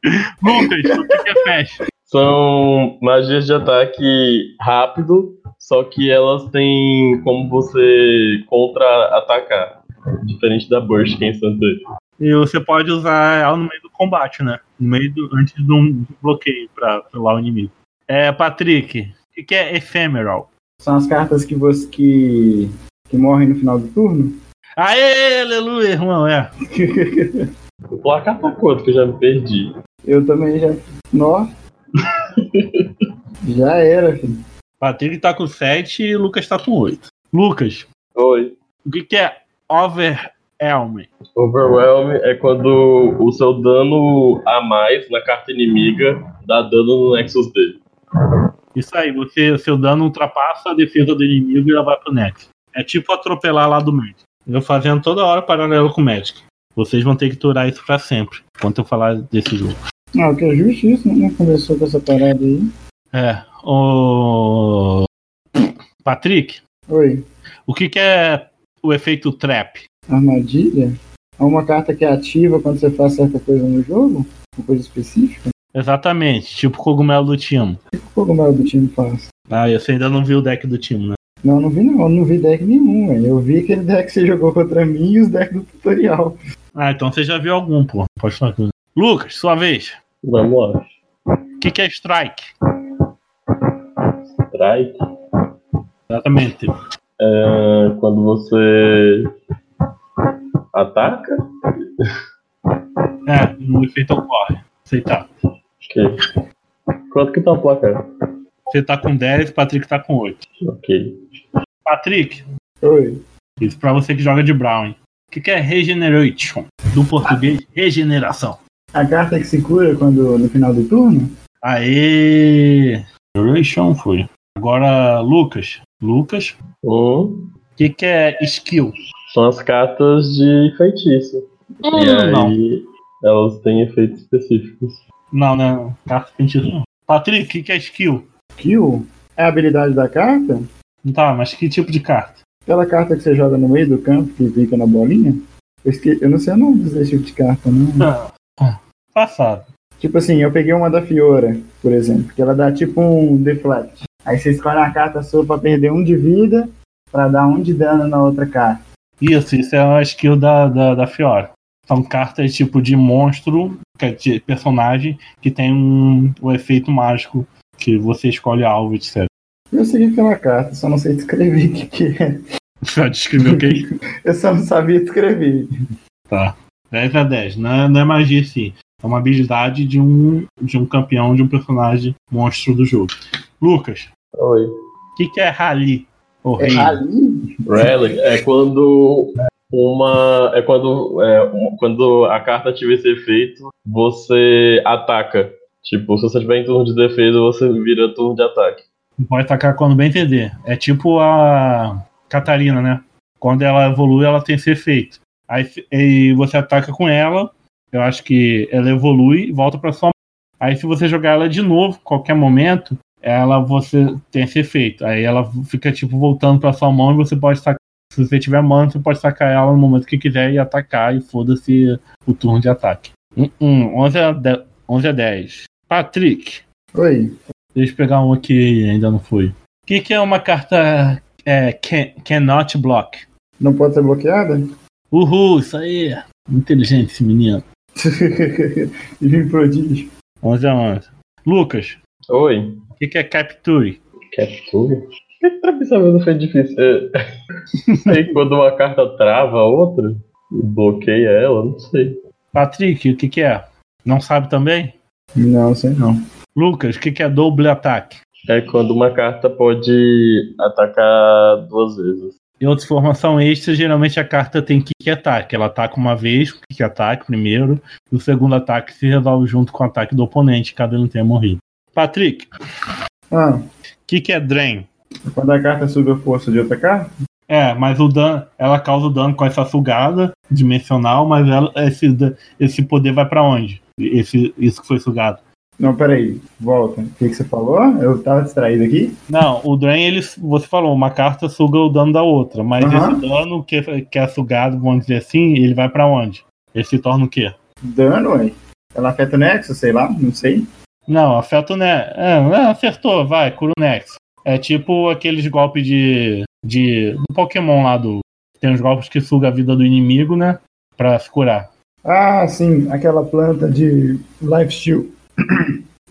A: o que que é fast?
B: São magias de ataque rápido, só que elas têm como você contra-atacar. Diferente da Burst, é quem sabe.
A: E você pode usar ela no meio do combate, né? No meio do. antes de um bloqueio pra pular o inimigo. É, Patrick, o que, que é ephemeral?
C: São as cartas que você que, que morrem no final do turno?
A: Aê, aleluia, irmão, é.
B: O placar tá quanto que eu já me perdi?
C: Eu também já. Nó. já era, filho.
A: Patrick tá com 7 e Lucas tá com 8. Lucas,
B: Oi.
A: o que, que é overwhelm?
B: Overwhelm é quando o seu dano a mais na carta inimiga dá dano no Nexus dele.
A: Isso aí, você, seu dano ultrapassa a defesa do inimigo e ela vai pro Nex. É tipo atropelar lá do Magic. Eu fazendo toda hora paralelo com o Magic. Vocês vão ter que durar isso pra sempre, enquanto eu falar desse jogo.
C: Ah, o que é justo isso, não conversou com essa parada aí.
A: É. O. Patrick,
C: Oi,
A: o que, que é o efeito trap?
C: armadilha? É uma carta que é ativa quando você faz certa coisa no jogo? Uma coisa específica?
A: Exatamente, tipo cogumelo do Timo.
C: O que o cogumelo do time faz?
A: Ah, você ainda não viu o deck do Timo, né?
C: Não, não vi não, não vi deck nenhum, velho. Eu vi aquele deck que você jogou contra mim e os decks do tutorial.
A: Ah, então você já viu algum, pô. Pode falar com Lucas, sua vez.
B: Vamos lá.
A: O que, que é strike?
B: Strike.
A: Exatamente.
B: É quando você ataca.
A: É, o efeito ocorre. tá, Aceitar.
B: Ok. Quanto que tá o placar?
A: Você tá com 10, Patrick tá com 8.
B: Ok.
A: Patrick,
C: Oi.
A: isso pra você que joga de Brown. hein? O que, que é regeneration? Do português, regeneração.
C: A carta que se cura quando, no final do turno?
A: Aê! Regeneration foi. Agora, Lucas. Lucas,
B: Um.
A: o que, que é skill?
B: São as cartas de feitiço. e aí
A: não.
B: elas têm efeitos específicos.
A: Não, né? Carta de feitiço, não. Patrick, o que, que é skill?
C: Kill? É a habilidade da carta?
A: Tá, mas que tipo de carta?
C: Aquela carta que você joga no meio do campo, que fica na bolinha? Eu, esque... eu não sei o nome desse tipo de carta, não.
A: Ah, Passado.
C: Tipo assim, eu peguei uma da Fiora, por exemplo, que ela dá tipo um deflect. Aí você escolhe uma carta sua pra perder um de vida, pra dar um de dano na outra carta.
A: Isso, isso é uma skill da, da, da Fiora. São cartas tipo de monstro, que é de personagem, que tem um, um efeito mágico, que você escolhe alvo, etc.
C: Eu sei o que é uma carta, só não sei descrever o que, que é.
A: Já descreveu o que é?
C: Eu só não sabia descrever.
A: Tá. 10 a 10. Não é, não é magia, sim. É uma habilidade de um, de um campeão, de um personagem monstro do jogo. Lucas,
B: Oi.
A: o que, que é rally? Ou
C: É
A: rally?
C: rally?
B: Rally é quando uma. É quando, é, um- quando a carta ativa esse efeito, você ataca. Tipo, se você estiver em turno de defesa, você vira turno de ataque.
A: Não Pode atacar quando bem entender. É tipo a Catarina, né? Quando ela evolui, ela tem esse efeito. Aí se- e você ataca com ela, eu acho que ela evolui e volta pra sua mão. Aí se você jogar ela de novo, qualquer momento, ela você tem esse efeito. Aí ela fica tipo voltando pra sua mão e você pode sacar. Se você tiver mano, você pode sacar ela no momento que quiser e atacar e foda-se o turno de ataque. Hum, hum, 11 a de- 11 a 10. Patrick,
C: Oi.
A: Deixa eu pegar um que ainda não foi. O que, que é uma carta é, can- cannot block?
C: Não pode ser bloqueada?
A: Uhul, isso aí. Inteligente esse menino.
C: e me prodígio.
A: 11 a 11. Lucas,
B: Oi.
A: o que, que é capture?
B: Capture? Por que pra saber não foi difícil? É... sei quando uma carta trava a outra e bloqueia ela, não sei.
A: Patrick, o que, que é? Não sabe também?
C: Não, sei não.
A: Lucas, o que, que é doble ataque?
B: É quando uma carta pode atacar duas vezes.
A: E outra formação extra, geralmente a carta tem kick ataque. Ela ataca uma vez, com kick ataque primeiro, e o segundo ataque se resolve junto com o ataque do oponente, caso ele não tenha morrido. Patrick, o
C: Ah,
A: que, que é drain?
C: quando a carta sube a força de outra carta?
A: É, mas o dano, ela causa o dano com essa sugada dimensional, mas ela, esse, da- esse poder vai pra onde? Esse, isso que foi sugado.
C: Não, peraí. Volta. O que, que você falou? Eu tava distraído aqui.
A: Não, o Drain, ele, você falou, uma carta suga o dano da outra, mas
C: Aham.
A: esse dano que, que é sugado, vamos dizer assim, ele vai pra onde? Ele se torna o quê?
C: Dano, ué. Ela afeta o nexo, sei lá, não sei.
A: Não, afeta o Nexo. É, não, acertou, vai, cura o Nexo. É tipo aqueles golpes de, de. do Pokémon lá do. Tem uns golpes que suga a vida do inimigo, né? Pra se curar.
C: Ah, sim. Aquela planta de lifesteal.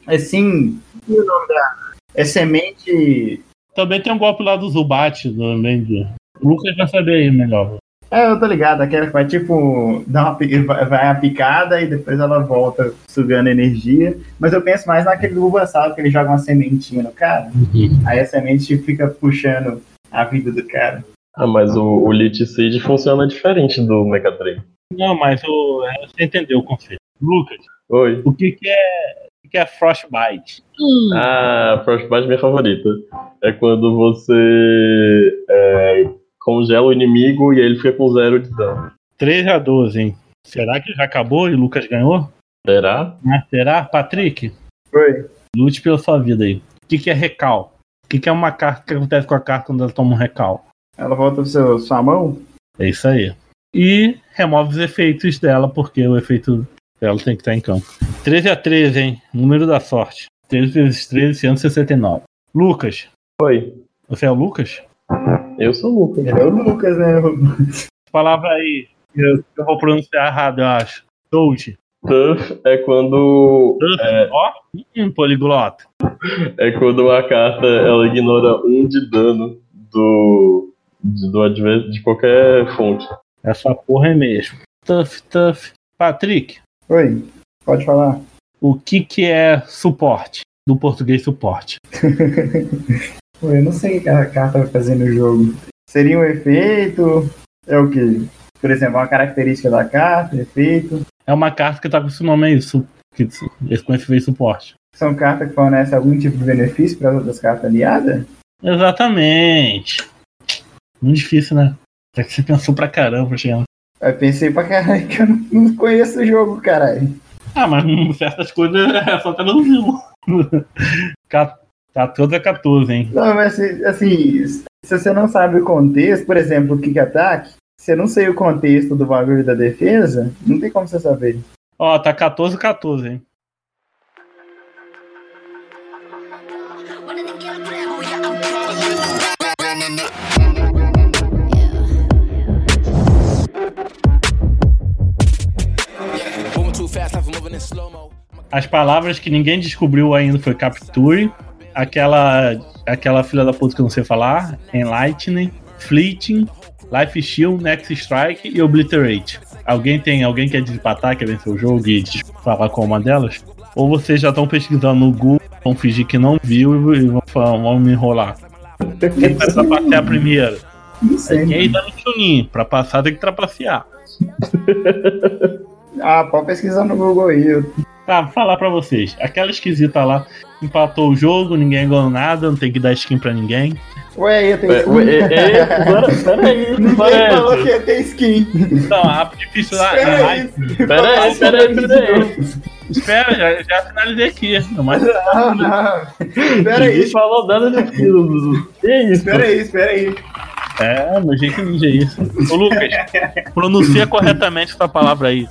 C: é sim. E o nome da... É semente...
A: Também tem um golpe lá do Zubat, também. do- O Lucas vai saber aí melhor.
C: É, eu tô ligado, aquela que vai tipo, dá uma, pi- vai vai a picada e depois ela volta sugando energia. Mas eu penso mais naquele do Bulbasaur que ele joga uma sementinha no cara, aí a semente fica puxando a vida do cara.
B: Ah, mas o, o Lich Seed funciona diferente do Mechatrix.
A: Não, mas o, é, você entendeu o conceito. Lucas,
B: Oi.
A: o que, que é. O que que é Frostbite?
B: Ah, Frostbite é minha favorita. É quando você é, congela o inimigo e ele fica com zero de dano.
A: 3 a 12, hein? Será que já acabou e o Lucas ganhou?
B: Será?
A: Ah, será? Patrick,
C: Foi.
A: lute pela sua vida aí. O que, que é recal? O que, que é uma carta que acontece com a carta quando ela toma um recal?
C: Ela volta pro seu, sua mão?
A: É isso aí. E remove os efeitos dela, porque o efeito dela tem que estar em campo. 13 a 13, hein? Número da sorte. 13 vezes 13, 169. Lucas,
B: Oi.
A: Você é o Lucas?
B: Eu sou o Lucas.
C: Ele é o Lucas, né?
A: Palavra aí. Eu, eu vou pronunciar errado, eu acho. Toad.
B: Tough é quando
A: É. Ó, hum, poliglota.
B: é quando uma carta ela ignora um de dano do de, do adver- de qualquer fonte.
A: Essa porra é mesmo. Tough, tough. Patrick,
C: Oi, pode falar.
A: o que que é suporte? Do português suporte.
C: Ué, eu não sei o que a carta vai fazer no jogo. Seria um efeito? É o quê? Por exemplo, uma característica da carta, efeito.
A: É uma carta que tá com esse nome aí, su que, su- esse com esse veio suporte.
C: São cartas que fornecem algum tipo de benefício para outras cartas aliadas?
A: Exatamente. Muito difícil, né? Até que você pensou pra caramba pra chegar.
C: Aí pensei pra caralho que eu não- não conheço o jogo, caralho.
A: Ah, mas hum, certas coisas é só traduziu. 14 a 14, tá hein?
C: Não, mas se- assim, se você não sabe o contexto, por exemplo, o kick attack, se eu não sei o contexto do bagulho da defesa, não tem como você saber.
A: Ó, tá 14 14, hein?
D: Moving too fast, I'm moving in slow mo.
A: As palavras que ninguém descobriu ainda foi capture, aquela aquela filha da puta que eu não sei falar, enlightening, fleeting, life steal, next strike e obliterate. Alguém tem, alguém quer desempatar, quer vencer o jogo e des- falar com uma delas? Ou vocês já estão pesquisando no Google, vão fingir que não viu e vão, falar, vão me enrolar? Essa parte é a primeira.
C: Não sei.
A: Quem dá no chuninho? Pra passar tem que trapacear.
C: Ah, pode pesquisar no Google aí. eu-
A: Tá, vou falar pra vocês. Aquela esquisita lá empatou o jogo, ninguém ganhou nada, não tem que dar skin pra ninguém.
C: Ué, eu tenho
B: Ué, ué,
C: skin.
B: é, é, pera- Peraí,
C: Ninguém falou que
B: Fred.
C: ia ter skin.
A: Então, a difícil lá.
C: Espera
A: a-
C: aí. assim,
B: Peraí, peraí,
C: né?
B: peraí.
A: espera, já, já finalizei aqui. Mas
C: Não, não. Espera aí.
B: Ninguém falou nada daquilo, Dudu. Que isso?
C: Espera aí, espera aí.
A: É, meu jeito ninja é isso. Ô Lucas, pronuncia corretamente essa palavra aí.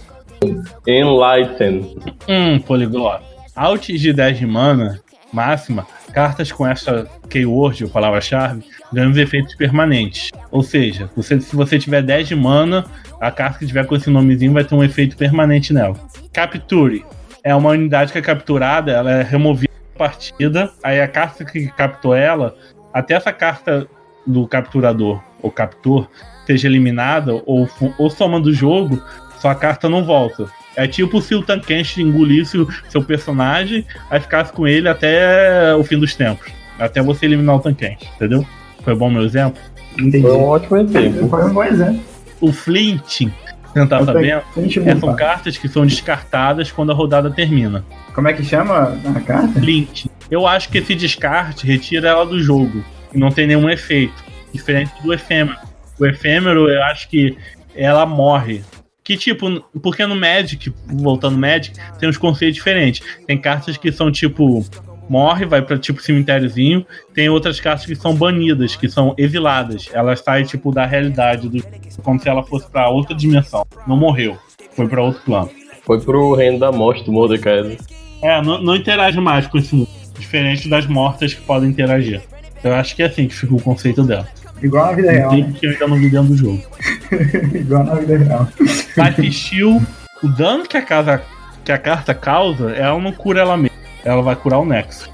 B: Enlighten.
A: Hum, poliglota. Alt de 10 de mana, máxima, cartas com essa keyword ou palavra-chave ganham os efeitos permanentes. Ou seja, você- se você tiver 10 de mana, a carta que tiver com esse nomezinho vai ter um efeito permanente nela. Capture. É uma unidade que é capturada, ela é removida da partida, aí a carta que captou ela, até essa carta do capturador ou captor seja eliminada ou, fu- ou soma do jogo, sua carta não volta. É tipo se o Tankenshi engolisse o seu personagem, aí ficasse com ele até o fim dos tempos. Até você eliminar o Tankenshi, entendeu? Foi bom meu exemplo?
C: Entendi.
B: Foi um ótimo exemplo.
C: Foi um bom exemplo.
A: O Flint, você não tá
C: Eu tenho-
A: sabendo?
C: Deixa eu
A: É,
B: um
A: são
C: montar.
A: cartas que são descartadas quando a rodada termina.
C: Como é que chama a carta?
A: Flint. Eu acho que esse descarte retira ela do jogo. E não tem nenhum efeito. Diferente do efêmero. O efêmero, eu acho que ela morre. Que tipo, porque no Magic, voltando no Magic, tem uns conceitos diferentes. Tem cartas que são tipo. Morre, vai pra tipo cemitériozinho. Tem outras cartas que são banidas, que são exiladas. Elas saem tipo da realidade, do, como se ela fosse pra outra dimensão. Não morreu, foi pra outro plano.
B: Foi pro reino da morte do Mordecai.
A: É, não, não interage mais com esse mundo. Diferente das mortas que podem interagir. Eu acho que é assim que fica o conceito dela.
C: Igual na vida real, né?
A: Tem que eu ainda não vi dentro do jogo.
C: Igual na vida real.
A: Assistiu o dano que a, casa, que a carta causa, ela não cura ela mesma. Ela vai curar o Nexus.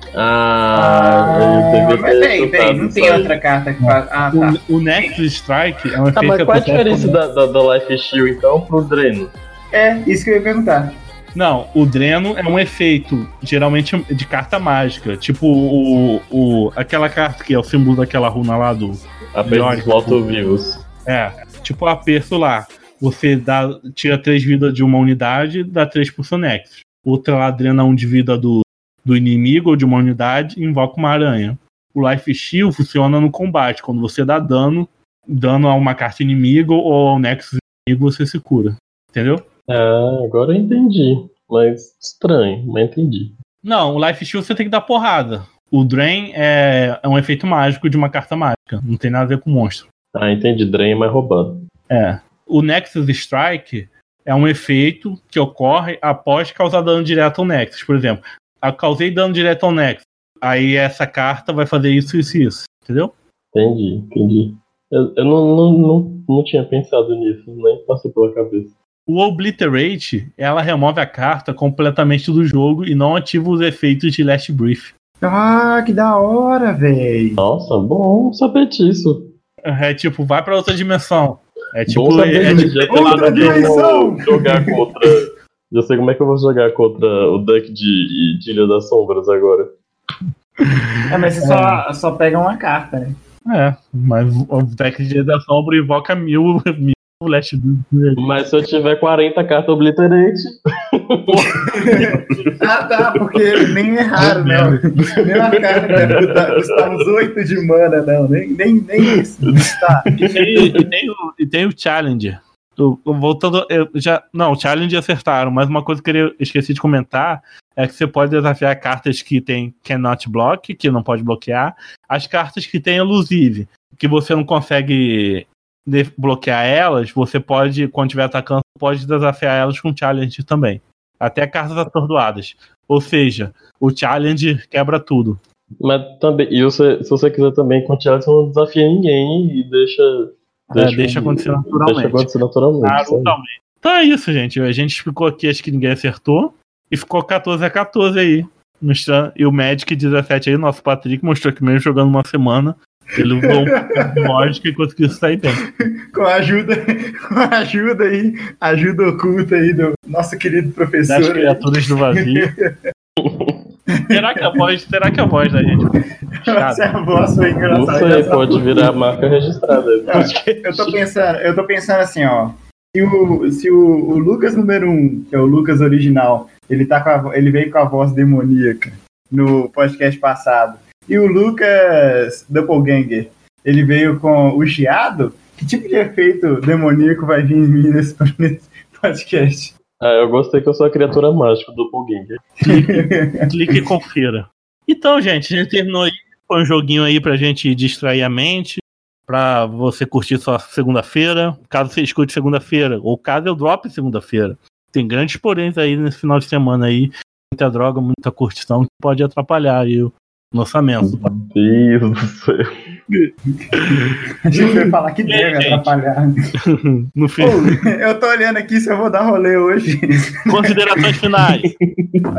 B: Ah, eu devia
C: mas tem,
B: ter
C: tem.
B: escutado
C: Não
B: isso
C: tem
B: aí.
C: outra carta que faz. Ah, tá.
A: O, o Nexus Strike é um efeito
B: Tá,
A: que
B: mas qual a
A: acontece
B: diferença
A: quando-
B: da, da, da Life Shield então pro Dreno?
C: É, isso que eu ia perguntar.
A: Não, o Dreno é um efeito, geralmente de carta mágica. Tipo o, o, aquela carta que é o símbolo daquela runa lá do
B: Apenas
A: Melhor.
B: dos Lotovivos.
A: É, tipo o aperto lá. Você dá, tira 3 vidas de uma unidade, dá 3 pro seu Nexus. Outra lá drena 1 de vida do, do inimigo ou de uma unidade e invoca uma aranha. O Life Steal funciona no combate. Quando você dá dano, dano a uma carta inimiga ou ao Nexus inimigo, você se cura. Entendeu?
B: Ah, agora eu entendi. Mas estranho, mas entendi.
A: Não, o Life Steal você tem que dar porrada. O Drain é, é um efeito mágico de uma carta mágica. Não tem nada a ver com monstro.
B: Ah, entendi. Drain é mais roubado.
A: É. O Nexus Strike é um efeito que ocorre após causar dano direto ao Nexus. Por exemplo, eu causei dano direto ao Nexus. Aí essa carta vai fazer isso, isso e isso. Entendeu?
B: Entendi, entendi. Eu, eu não, não, não, não tinha pensado nisso, nem passou pela cabeça.
A: O Obliterate, ela remove a carta completamente do jogo e não ativa os efeitos de Last Brief.
C: Ah, que da hora, véi.
B: Nossa, bom saber disso.
A: É tipo, vai pra outra dimensão. É tipo,
B: bom saber
A: é,
B: disso. Já sei como é
C: outra
B: que eu vou
C: dimensão!
B: jogar contra. Já sei como é que eu vou jogar contra o deck de, de Ilha das Sombras agora.
C: É, mas você só, só pega uma carta, né?
A: é, mas o deck de Dia da sombra invoca mil, mil Last Brief.
B: Mas se eu tiver 40 cartas obliterate,
C: Ah, tá, porque nem é raro, não. Nem uma carta né? custa uns 8 de mana, não. Nem, nem, nem isso. Tá.
A: E tem, e tem o, e tem o Challenger. O- o- Voltando, eu já, não, o Challenger acertaram, mas uma coisa que eu esqueci de comentar é que você pode desafiar cartas que tem cannot block, que não pode bloquear, as cartas que tem elusive, que você não consegue de- bloquear elas, você pode, quando estiver atacando, pode desafiar elas com challenge também. Até cartas atordoadas. Ou seja, o challenge quebra tudo.
B: Mas também, e você, se você quiser também com o Thiago, você não desafia ninguém e deixa.
A: É, deixa acontecer naturalmente.
B: Deixa acontecer naturalmente.
A: Ah,
B: sabe?
A: totalmente. Então é isso, gente. A gente explicou aqui as que ninguém acertou. E ficou 14 a 14 aí. Mostrando- E o Magic 17 aí, nosso Patrick, mostrou que mesmo jogando uma semana, Ele usou um lógica e conseguiu sair bem.
C: Com a ajuda, com a ajuda aí, ajuda oculta aí do nosso querido
A: Das
C: professor.
A: criaturas do vazio. será que é a voz, será que a voz da gente?
C: Essa é a voz foi
B: Não
C: engraçada.
B: sei,
C: Essa-
B: pode virar a marca registrada.
C: Eu tô pensando, eu tô pensando assim, ó. Se o, se o, o Lucas número 1, um, que é o Lucas original, ele, tá com a vo- ele veio com a voz demoníaca no podcast passado. E o Lucas Doppelganger, ele veio com o chiado. Que tipo de efeito demoníaco vai vir em mim nesse nesse podcast?
B: Ah, eu gostei que eu sou a criatura mágica do Doppelganger.
A: Clique e confira. Então, gente, a gente terminou aí. Foi um joguinho aí pra gente distrair a mente. Pra você curtir sua segunda-feira. Caso você escute segunda-feira. Ou caso eu drop segunda-feira. Tem grandes poréns aí nesse final de semana aí. Muita droga, muita curtição que pode atrapalhar aí o nosso orçamento.
B: Deus do céu.
C: A gente vai falar que deve
A: gente.
C: atrapalhar. né?
A: No fim,
C: Ô, eu tô olhando aqui se eu vou dar rolê hoje.
A: considerações finais.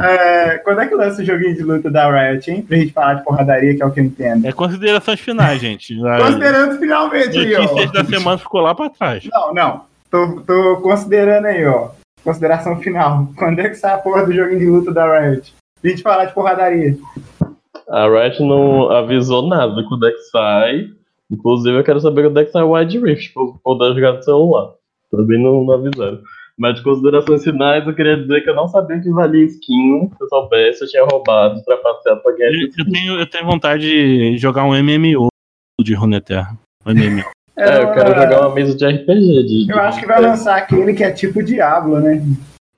C: É, quando é que lança o joguinho de luta da Riot, hein? Pra gente falar de porradaria, que é o que eu entendo.
A: É considerações finais, gente. A
C: Considerando finalmente aí, ó.
A: notícias da semana ficou lá pra trás.
C: Não, não. Tô, tô considerando aí, ó. Consideração final. Quando é que sai a porra do joguinho de luta da Riot? A gente falar de porradaria.
B: A Riot não avisou nada do que o deck sai. Inclusive, eu quero saber quando é que sai o Wide Rift pra eu poder jogar no celular. Também não, não avisaram. Mas de considerações finais, eu queria dizer que eu não sabia que valia skin. Se eu soubesse, eu tinha roubado, trapaceado pra ganhar
A: Eu, eu tenho, eu tenho vontade de jogar um MMO de Runeterra. Um MMO.
B: É, eu quero
C: Ela-
B: jogar uma mesa de RPG. De, de-
C: Eu acho que vai lançar aquele que é tipo Diablo, né?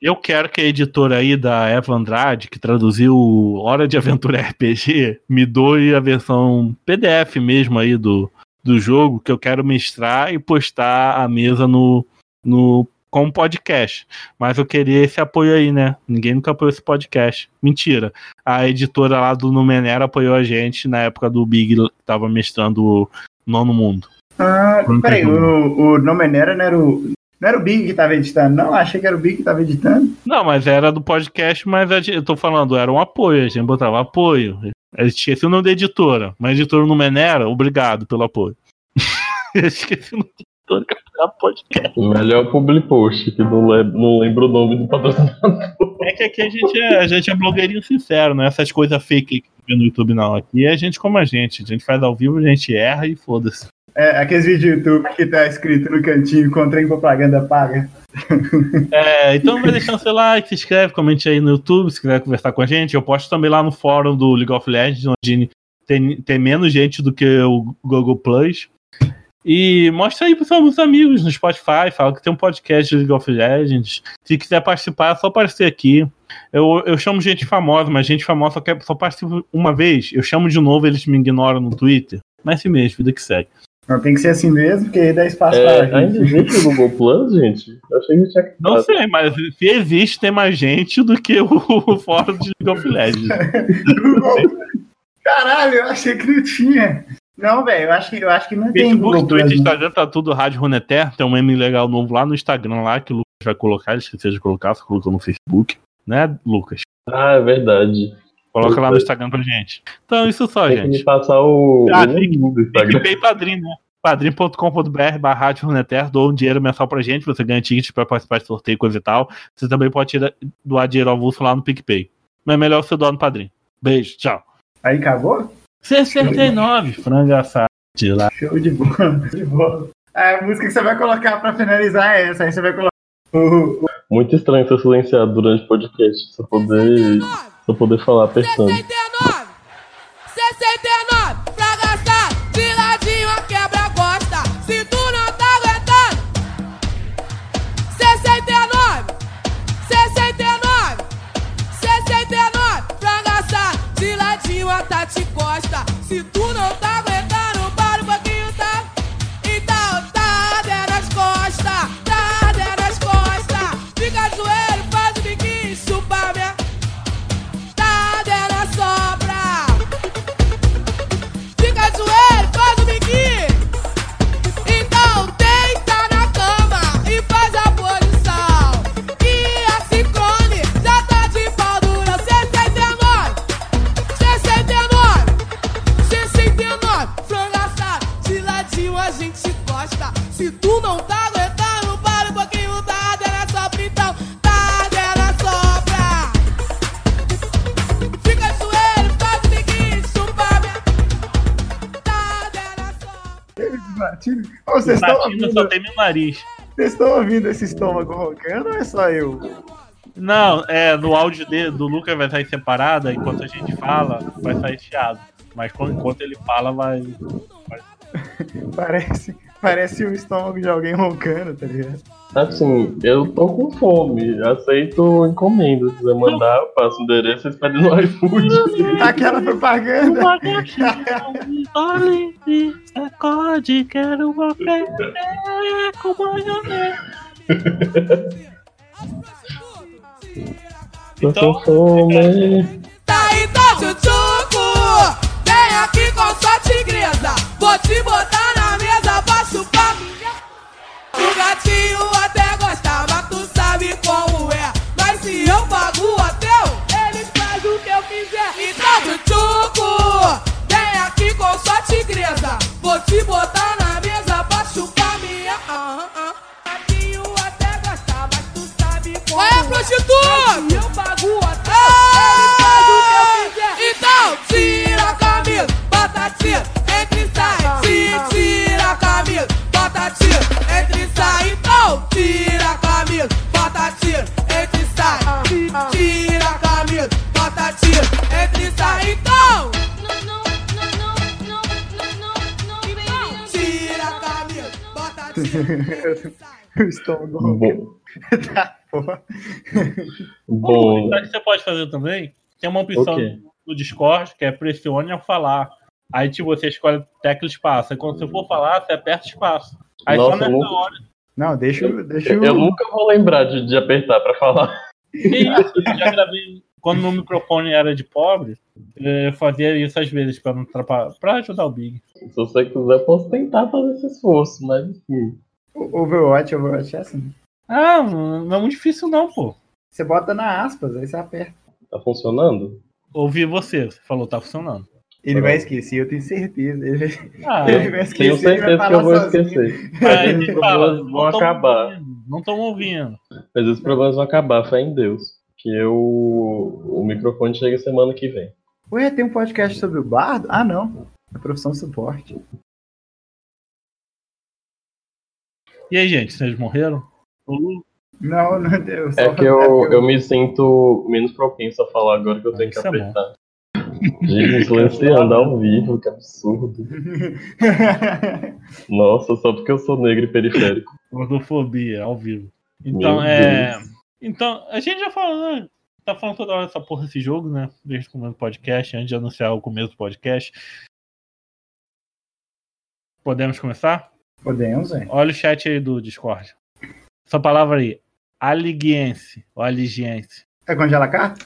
A: Eu quero que a editora aí da Eva Andrade, que traduziu Hora de Aventura RPG, me doe a versão PDF mesmo aí do, do jogo, que eu quero mestrar e postar a mesa no, no como podcast. Mas eu queria esse apoio aí, né? Ninguém nunca apoiou esse podcast. Mentira. A editora lá do Numenera apoiou a gente na época do Big que tava mestrando o Nono Mundo.
C: Ah,
A: Não tem
C: peraí,
A: como.
C: o, o Nomenera não era o. Não era o Big que tava editando, não? Achei que era o Big que tava editando.
A: Não, mas era do podcast, mas a gente- eu tô falando, era um apoio, a gente botava apoio. Eu esqueci o nome da editora, mas a editora não Menera, obrigado pelo apoio. eu esqueci o nome da editora que era podcast.
B: Melhor public post, que não, le- não lembro o nome do patrocinador.
A: É que aqui a gente é, a gente é blogueirinho sincero, não é essas coisas fake que tu vê no YouTube, não. Aqui é gente como a gente, a gente faz ao vivo, a gente erra e foda-se.
C: É, aqueles vídeos do YouTube que tá escrito no cantinho, encontrei propaganda paga.
A: É, então vai deixando seu like, se inscreve, comente aí no YouTube se quiser conversar com a gente. Eu posto também lá no fórum do League of Legends, onde tem, tem menos gente do que o Google Plus. E mostra aí pros seus amigos no Spotify, fala que tem um podcast do League of Legends. Se quiser participar, é só aparecer aqui. Eu, eu chamo gente famosa, mas gente famosa só, quer, só participa uma vez. Eu chamo de novo, eles me ignoram no Twitter. Mas sim mesmo, vida que segue.
C: Não, tem que ser assim mesmo, porque aí dá espaço
B: É,
C: pra
B: ainda
C: gente.
B: existe o Google Plus, gente? Eu achei que tinha
A: Não sei, mas se existe, tem mais gente do que o, o fórum de League of Legends.
C: Caralho, eu achei que não tinha. Não, velho, eu acho que eu acho que não tem
A: Facebook,
C: Google
A: Twitter,
C: Plus, né? não.
A: Instagram, tá tudo Rádio Runeter. Tem um meme legal novo lá no Instagram, lá que o Lucas vai colocar. Ele esqueceu de colocar, só colocou no Facebook. Né, Lucas?
B: Ah, é verdade.
A: Coloca lá no Instagram pra gente. Então, isso só,
B: Tem que me
A: gente.
B: passar o.
A: Ah,
B: o link do Instagram.
A: PicPay e Padrim, né? padrim.com.br barra Rádio Runeter, doa um dinheiro mensal pra gente, você ganha tickets pra participar de sorteio, coisa e tal. Você também pode tirar- doar dinheiro ao avulso lá no PicPay. Mas é melhor você doar no Padrim. Beijo, tchau.
C: Aí acabou?
A: 69, frango assado de lá.
C: Show de bola, de bola. A música que você vai colocar pra finalizar é essa, aí você vai colocar. o- o-
B: Muito estranho ser silenciado durante o podcast. Só poder, só poder falar pensando.
D: 69, 69, fragaçar, de ladinho a quebra gosta. Se tu não tá aguentando, 69, 69, 69, fragaçar, de ladinho a Tati Costa. Se tu não tá aguentando, para um pouquinho, tá? Então tá de nas costas, tá de nas costas. Fica de joelho, faz o biquinho, chupa minha tá dela sobra. Fica de joelho, faz o biquinho. Então deita na cama e faz a posição. E a Ciclone já tá de pau dura. 69, 69, 69. tá um então. Tá, é
C: platina? Ô, Vocês
A: Platina
C: estão
A: só
C: ouvindo,
A: tem meu nariz.
C: vocês estão ouvindo esse estômago roncando ou é só eu?
A: Não, é, no áudio de, do Lucas vai sair separada, enquanto a gente fala, vai sair chiado. Mas quando, enquanto ele fala, vai. vai-
C: Parece, parece o estômago de alguém roncando, tá ligado?
B: Assim, eu tô com fome. Aceito encomenda. Se quiser mandar, eu passo o endereço e pedem no iFood.
C: Aquela propaganda.
A: Olhe e sacode, quero uma fé com maionese.
B: Tô
A: Então, é.
B: com fome.
D: Tá então, tchutchuco, vem aqui com sua tigresa. Vou te botar na mesa pra chupar minha. O gatinho até gostava, tu sabe como é. Mas se eu pago o hotel, ele faz o que eu quiser. Então, tchutchuco, vem aqui com sua tigresa. Vou te botar na mesa pra chupar minha. Ah, ah, ah. Gatinho até gostava, mas tu sabe como é. prostituta! Eu pago o hotel, ele faz o que eu quiser. Então tira a camisa, bota assim, tiro, entre e sai. Ti- Tira a camisa, bota tiro, entre e sai. Então tira a camisa, bota tiro, entre e sai. Ti- Tira a camisa, bota tiro, entre e sai. Então tira a camisa, bota tiro, entre e sai.
C: O estômago roncando.
B: Bom.
C: Tá, porra.
B: Bom.
A: Sabe o que você pode fazer também? Tem uma opção
B: Ok.
A: no Discord que é pressione a falar. Aí tipo, você escolhe tecla espaço. Aí quando você for falar, você aperta espaço. Aí só
B: Nossa,
A: nessa
B: louco.
A: hora.
C: Não, deixa, eu- deixa
A: então.
B: Eu, eu nunca vou lembrar de, de apertar pra falar.
A: Que isso, eu já gravei. Quando meu microfone era de pobre, é, eu fazia isso às vezes pra não atrapalhar. Pra ajudar o Big.
B: Se você quiser, eu posso tentar fazer esse esforço, mas enfim.
C: O Overwatch, Overwatch é assim.
A: Ah, não é muito difícil não, pô.
C: Você bota na aspas, aí você aperta.
B: Tá funcionando?
A: Ouvi você, você falou, tá funcionando.
C: Ele vai esquecer, eu tenho certeza. Ele vai,
A: Ah,
C: ele vai esquecer.
B: Tá Tenho
C: ele vai
B: certeza que
C: falar
B: eu vou
C: sozinho.
B: esquecer. Mas
A: aí
B: esses
A: ele fala, então,
B: problemas
A: não
B: vão
A: tamo
B: acabar.
A: ouvindo, Não estão ouvindo.
B: Mas esses problemas vão acabar, fé em Deus. Que eu. O microfone chega semana que vem.
C: Ué, tem um podcast sobre o bardo? Ah, não. É profissão suporte.
A: E aí, gente, vocês morreram? O Lu-
C: Não, não deu. só-
B: É que eu, eu me sinto menos propenso a falar agora que eu tenho que
A: Isso é bom.
B: apertar. Gente, silenciando ao vivo, que absurdo. Nossa, só porque eu sou negro e periférico.
A: Gordofobia, ao vivo. Então,
B: Meu
A: é.
B: Deus.
A: Então, a gente já falou, né? Tá falando toda hora essa porra desse jogo, né? Desde o começo do podcast, antes de anunciar o começo do podcast. Podemos começar?
C: Podemos, velho.
A: Olha o chat aí do Discord. Essa palavra aí. Aliguiense. Ou aligiense.
C: É congela a carta?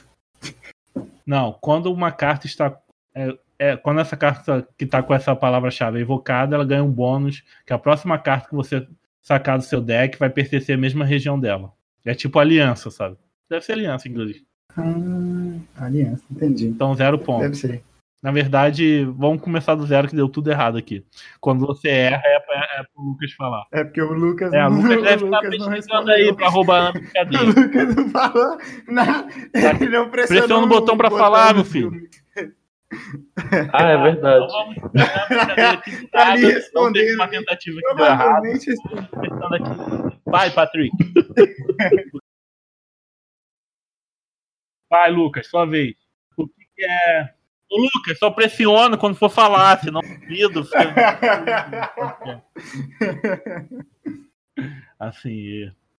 A: Não, quando uma carta está. É, é, quando essa carta que tá com essa palavra-chave é evocada, ela ganha um bônus, que a próxima carta que você sacar do seu deck vai pertencer à mesma região dela. É tipo aliança, sabe? Deve ser aliança, inclusive.
C: Ah, aliança, entendi.
A: Então, zero ponto.
C: Deve ser.
A: Na verdade, vamos começar do zero, que deu tudo errado aqui. Quando você erra, é, pra- é pro Lucas falar.
C: É porque o Lucas
A: É, o
C: não,
A: Lucas deve estar
C: o Lucas não
A: pesquisando
C: respondeu.
A: aí pra roubar a brincadeira.
C: O Lucas não falou nada. Ele não pressionou
A: Pressiona o botão pra falar, meu filho.
B: Ah, é verdade.
A: Então, vamos começar a brincadeira aqui.
C: Tá ali
A: Não teve
C: respondendo.
A: uma tentativa que deu errado.
C: Provavelmente
A: pensando aqui. Vai, Patrick. Vai, Lucas, sua vez. O que, que é. Ô, Lucas, só pressiona quando for falar, senão duvido. fica- Assim. é.